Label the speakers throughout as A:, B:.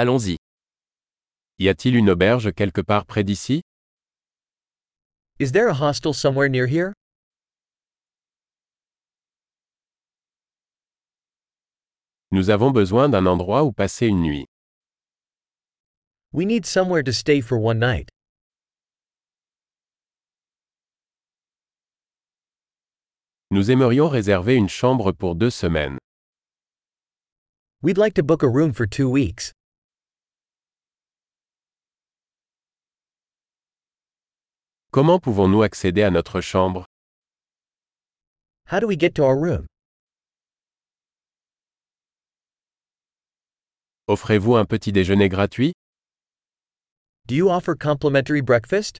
A: Allons-y. Y a-t-il une auberge quelque part près d'ici
B: Is there a hostel somewhere near here?
A: Nous avons besoin d'un endroit où passer une nuit.
B: We need somewhere to stay for one night.
A: Nous aimerions réserver une chambre pour deux semaines.
B: We'd like to book a room for two weeks.
A: Comment pouvons-nous accéder à notre chambre
B: How do we get to our room?
A: Offrez-vous un petit déjeuner gratuit
B: Do you offer complimentary breakfast?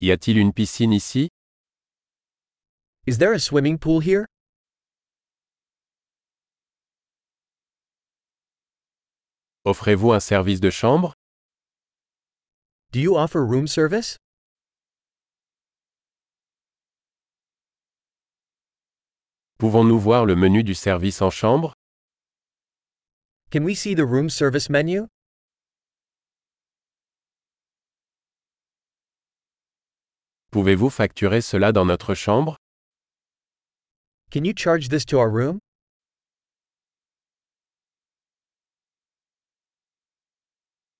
A: Y a-t-il une piscine ici
B: Is there a swimming pool here?
A: Offrez-vous un service de chambre
B: Do you offer room service?
A: Pouvons-nous voir le menu du service en chambre
B: Can we see the room service menu?
A: Pouvez-vous facturer cela dans notre chambre
B: Can you charge this to our room?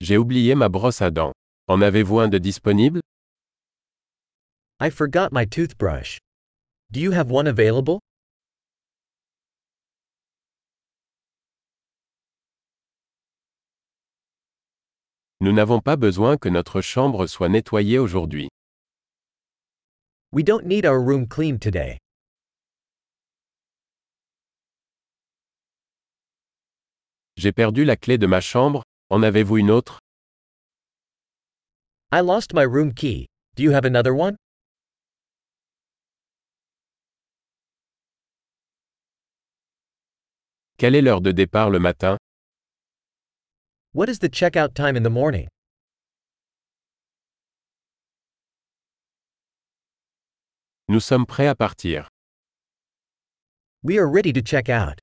A: J'ai oublié ma brosse à dents. En avez-vous un de disponible
B: I forgot my toothbrush. Do you have one available?
A: Nous n'avons pas besoin que notre chambre soit nettoyée aujourd'hui.
B: We don't need our room cleaned today.
A: J'ai perdu la clé de ma chambre, en avez-vous une autre
B: I lost my room key. Do you have another one?
A: Quelle est l'heure de départ le matin
B: What is the checkout time in the morning?
A: Nous sommes prêts à partir.
B: We are ready to check out.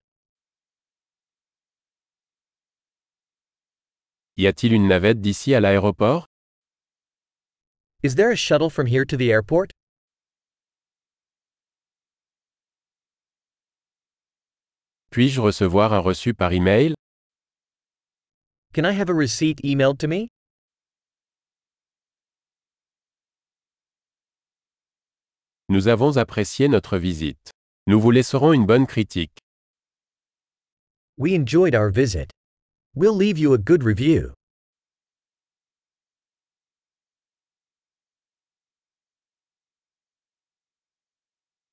A: Y a-t-il une navette d'ici à l'aéroport
B: Is there a shuttle from here to the airport?
A: Puis-je recevoir un reçu par email
B: Can I have a receipt emailed to me?
A: Nous avons apprécié notre visite. Nous vous laisserons une bonne critique.
B: We enjoyed our visit. We'll leave you a good review.